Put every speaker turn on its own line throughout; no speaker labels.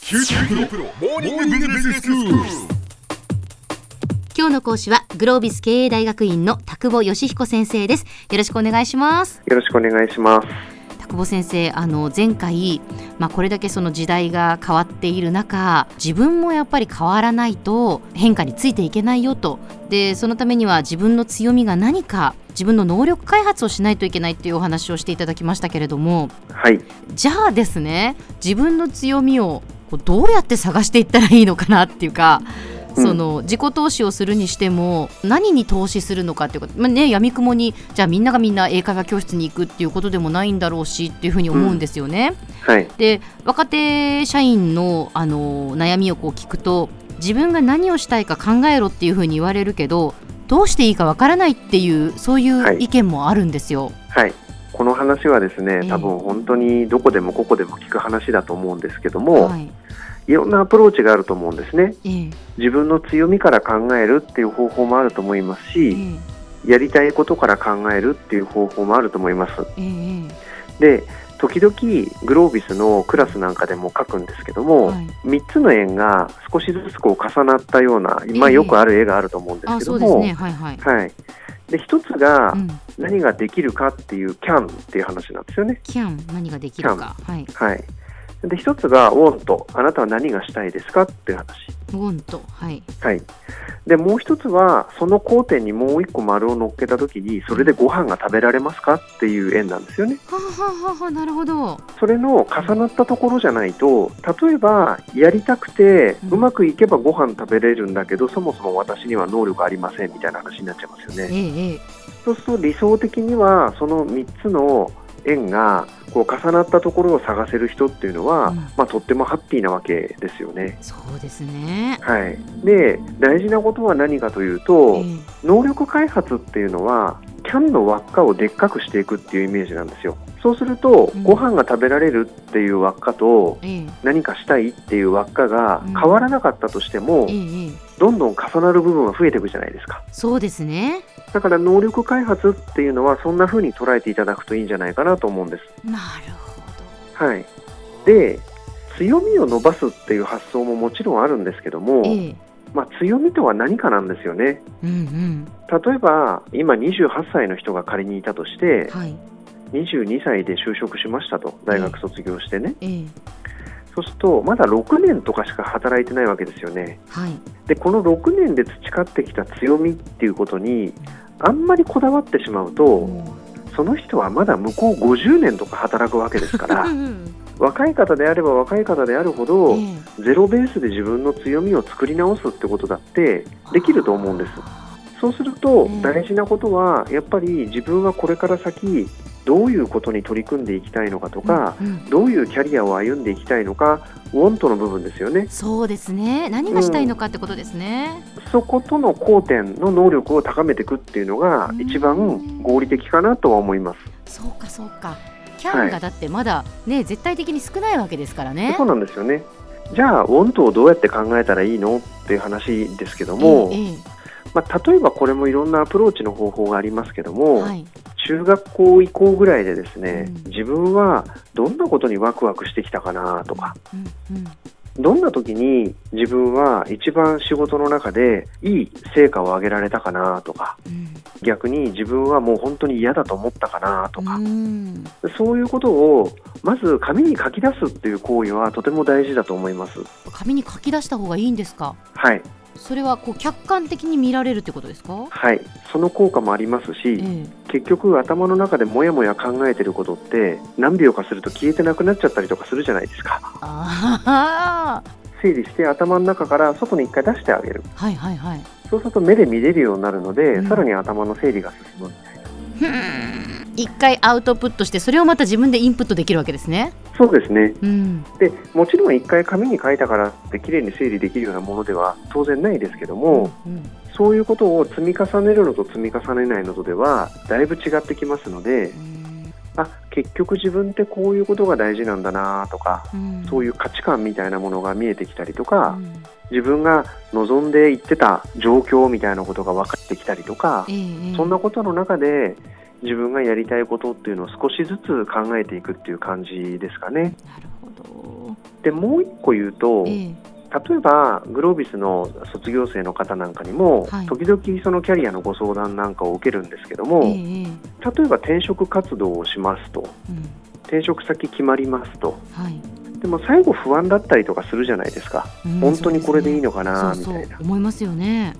九州大学モーニングビジネススクール。
今日の講師はグロービス経営大学院の田久保義彦先生ですよろしくお願いします
よろしくお願いします。
田久保先生あの前回まあこれだけその時代が変わっている中自分もやっぱり変わらないと変化についていけないよとでそのためには自分の強みが何か自分の能力開発をしないといけないというお話をしていただきましたけれども
はい。
じゃあですね自分の強みをこうどうやって探していったらいいのかなっていうか、
うん
その自己投資をするにしても何に投資するのかっていうか、まあね、やみくもにじゃあみんながみんな英会話教室に行くっていうことでもないんだろうしっていうふうに思うんですよね。
はい。
で若手社員のあの悩みをこう聞くと自分が何をしたいか考えろっていうふうに言われるけどどうしていいかわからないっていうそういう意見もあるんですよ。
はい。この話はです
え
ね、
え
多分本当にどこでもここでも聞く話だと思うんですけども、
はい
い、ろんなアプローチがあると思うんですね。
ええ
自分の強みから考えるっていう方法もあると思います
え
し、
え
やりたいことから考えるっていう方法もあると思います。
ええ
で、時々グロービスのクラスなんかでも書くんですけども、
はい
3つの円が少しずつこう重なったような、まあ、
ええ
よくある絵があると思うんです
あ
け
そ
ど
うです
も、
ねはいはい、
はい、で一つが、
うん、
何ができるかっていう can っていう話なんですよね。
キャン何ができるかはい
はい。で、一つが want、あなたは何がしたいですかっていう話。
ウォンとはい
はい。で、もう一つは、その交点にもう一個丸を乗っけたときに、それでご飯が食べられますかっていう円なんですよね。
はあはあはあはあなるほど
それの重なったところじゃないと、例えば、やりたくて
う、ん
うまくいけばご飯食べれるんだけど、そもそも私には能力ありませんみたいな話になっちゃいますよね
え。ええ
そうすると理想的にはその3つの円がこう重なったところを探せる人っていうのは、
うん
まあ、とってもハッピーなわけですよね。
えそうですね
はい、で大事なことは何かという
え
と、
え
能力開発っていうのはキャンの輪っかをでっかくしていくっていうイメージなんですよ。そうすると、
うん
ご飯が食べられるっていう輪っかと
ええ
何かしたいっていう輪っかが
うん
変わらなかったとしても、
ええええ
どんどん重なる部分が増えていくじゃないですか。
そうですね
だから能力開発っていうのはそんな風に捉えていただくといいんじゃないかなと思うんです。
なるほど
はい、で強みを伸ばすっていう発想ももちろんあるんですけども、
ええ
まあ、強みとは何かなんですよね。
うん
例えば今28歳の人が仮にいたとし
うん
て
はい
22歳で就職しましたと大学卒業してね、
ええ
そうするとまだ6年とかしか働いてないわけですよね
はい
でこの6年で培ってきた強みっていうことにあんまりこだわってしまうと、その人はまだ向こう50年とか働くわけですから
ん
若い方であれば若い方であるほど、
ええ
ゼロベースで自分の強みを作り直すってことだってできると思うんです
あ
そうすると
うん
大事なことはやっぱり自分はこれから先どういうことに取り組んでいきたいのかと
ー
か、
うんうん
どういうキャリアを歩んでいきたいのか want の部分ですよね
そうですね何がしたいのかってことですね、
そことの交点の能力を高めていくっていうのが一番合理的かなとは思います、
そうかそうかキャンがだってまだね絶対的に少ないわけですからね
そうなんですよね。じゃあ、ウォントをどうやって考えたらいいのっていう話ですけども、
えええ
まあ、例えばこれもいろんなアプローチの方法がありますけど
え
も、
はい
中学校以降ぐらいでですね、
うん
自分はどんなことにワクワクしてきたかなとか、
うんうん
どんな時に自分は一番仕事の中でいい成果を上げられたかなとか、
うん
逆に自分はもう本当に嫌だと思ったかなとか
う、ん
そういうことをまず紙に書き出すっていう行為はとても大事だと思います。
紙に書き出した方がいいんですか
はい。
それはこう客観的に見られるってことですか、
はい、その効果もありますし、
え
結局頭の中でもやもや考えてることって何秒かすると消えてなくなっちゃったりとかするじゃないですか
ああ
整理して頭の中から外に一回出してあげる
はいはいはい
そうすると目で見れるようになるので、
うん
さらに頭の整理が進む
ふーん一回アウトプットしてそれをまた自分でインプットできるわけですね
そうですね
うん
でもちろん一回紙に書いたからって綺麗に整理できるようなものでは当然ないですけども、
うん
そういうことを積み重ねるのと積み重ねないのとではだいぶ違ってきますので
うん
あ結局自分ってこういうことが大事なんだなとか
うん
そう
い
いう価値観みたいなものが見えてきたりとか、
ん
自分が望んでいってた状況みたいなことが分かってきたりとか
え、えええ
そんなことの中で自分がやりたいことっていうのを少しずつ考えていくっていう感じですかね。
なるほど
でもう一個言うと、
ええ
例えばグロービスの卒業生の方なんかにも、
はい
時々そのキャリアのご相談なんかを受けるんですけども、
ええええ
例えば転職活動をしますと
うん
転職先決まりますと
はい
でも最後不安だったりとかするじゃないですか、
うん
本当にこれでいいのか
そ
な
う
み
そう
た
そう
いな
思いますよね。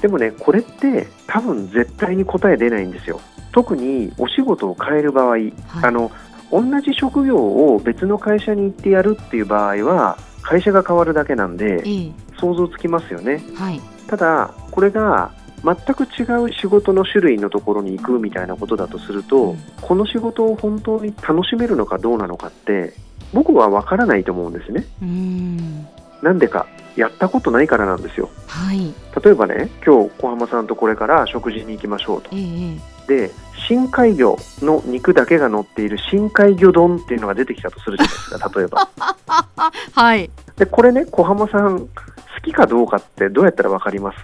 でもねこれって多分絶対に答え出ないんですよ特にお仕事を変える場合、あの同じ職業を別の会社に行ってやるっていう場合は会社が変わるだけなんで
え
想像つきますよね
えはい
ただこれが全く違う仕事の種類のところに行くみたいなことだとすると、
うん
この仕事を本当に楽しめるのかどうなのかって僕は分からないと思うんですね
うーん
なんでかやったことないからなんですよ
はい
例えばね今日小浜さんとこれから食事に行きましょうと
えええ
で深海魚の肉だけが乗っている深海魚丼っていうのが出てきたとするじゃないですか例 えば
えはい
でこれね小浜さん好きかどうかってどうやったら分かります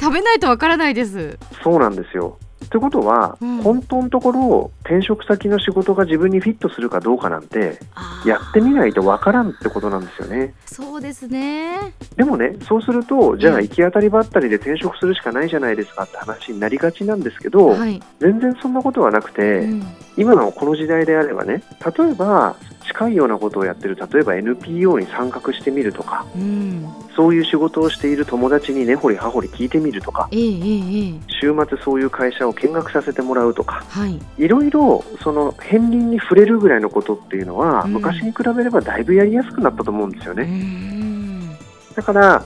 食べないとわからないです。
そうなんですよ。ってことは、
うん
本当のところ転職先の仕事が自分にフィットするかどうかなんて
あー
やってみないとわからんってことなんですよね
そうですね。
でもねそうするとじゃ
う
あ
ん
行き当たりばったりで転職するしかないじゃないですかって話になりがちなんですけど、
はい。
全然そんなことはなくて、
うん
今のこの時代であればね例えば近いようなことをやってる例えば NPO に参画してみるとか
うん
そういう仕事をしている友達に根掘り葉掘り聞いてみるとか
ええええええ
週末そういう会社を見学させてもらうとか
はい
いろいろその片鱗に触れるぐらいのことっていうのは、
うん
昔に比べればだいぶやりやすくなったと思うんですよ
うー
ね。
ん
だから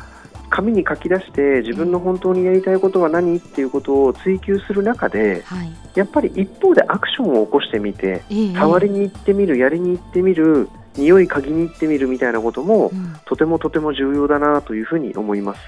紙に書き出して自分の本当にやりたいことは何っていうことを追求する中で
はい
やっぱり一方でアクションを起こしてみて
ええええ
触りに行ってみるやりに行ってみる匂い嗅ぎに行ってみるみたいなことも
うん
とてもとても重要だなというふうに思います。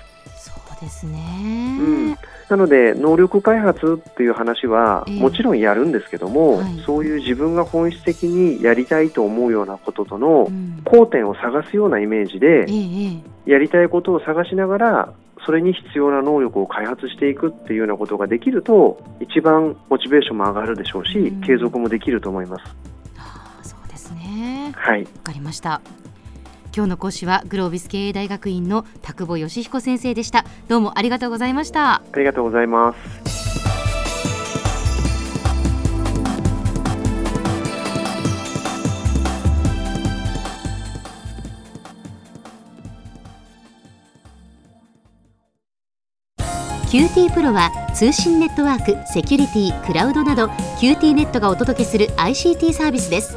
そうです
うん
ね。、
なので能力開発っていう話は
ええ
もちろんやるんですけども、
はい
そういう自分が本質的にやりたいと思うようなこととの
うん
交点を探すようなイメージ
ええ
で
ええ
やりたいことを探しながらそれに必要な能力を開発していくっていうようなことができると一番モチベーションも上がるでしょうし、
うん
継続もできると思います。
あーそうですね。
はい、
わかりました。今日の講師はグロービス経営大学院の田久保義彦先生でした。どうもありがとうございました。
ありがとうございます。
QT プロは通信ネットワーク、セキュリティ、クラウドなど QT ネットがお届けする ICT サービスです。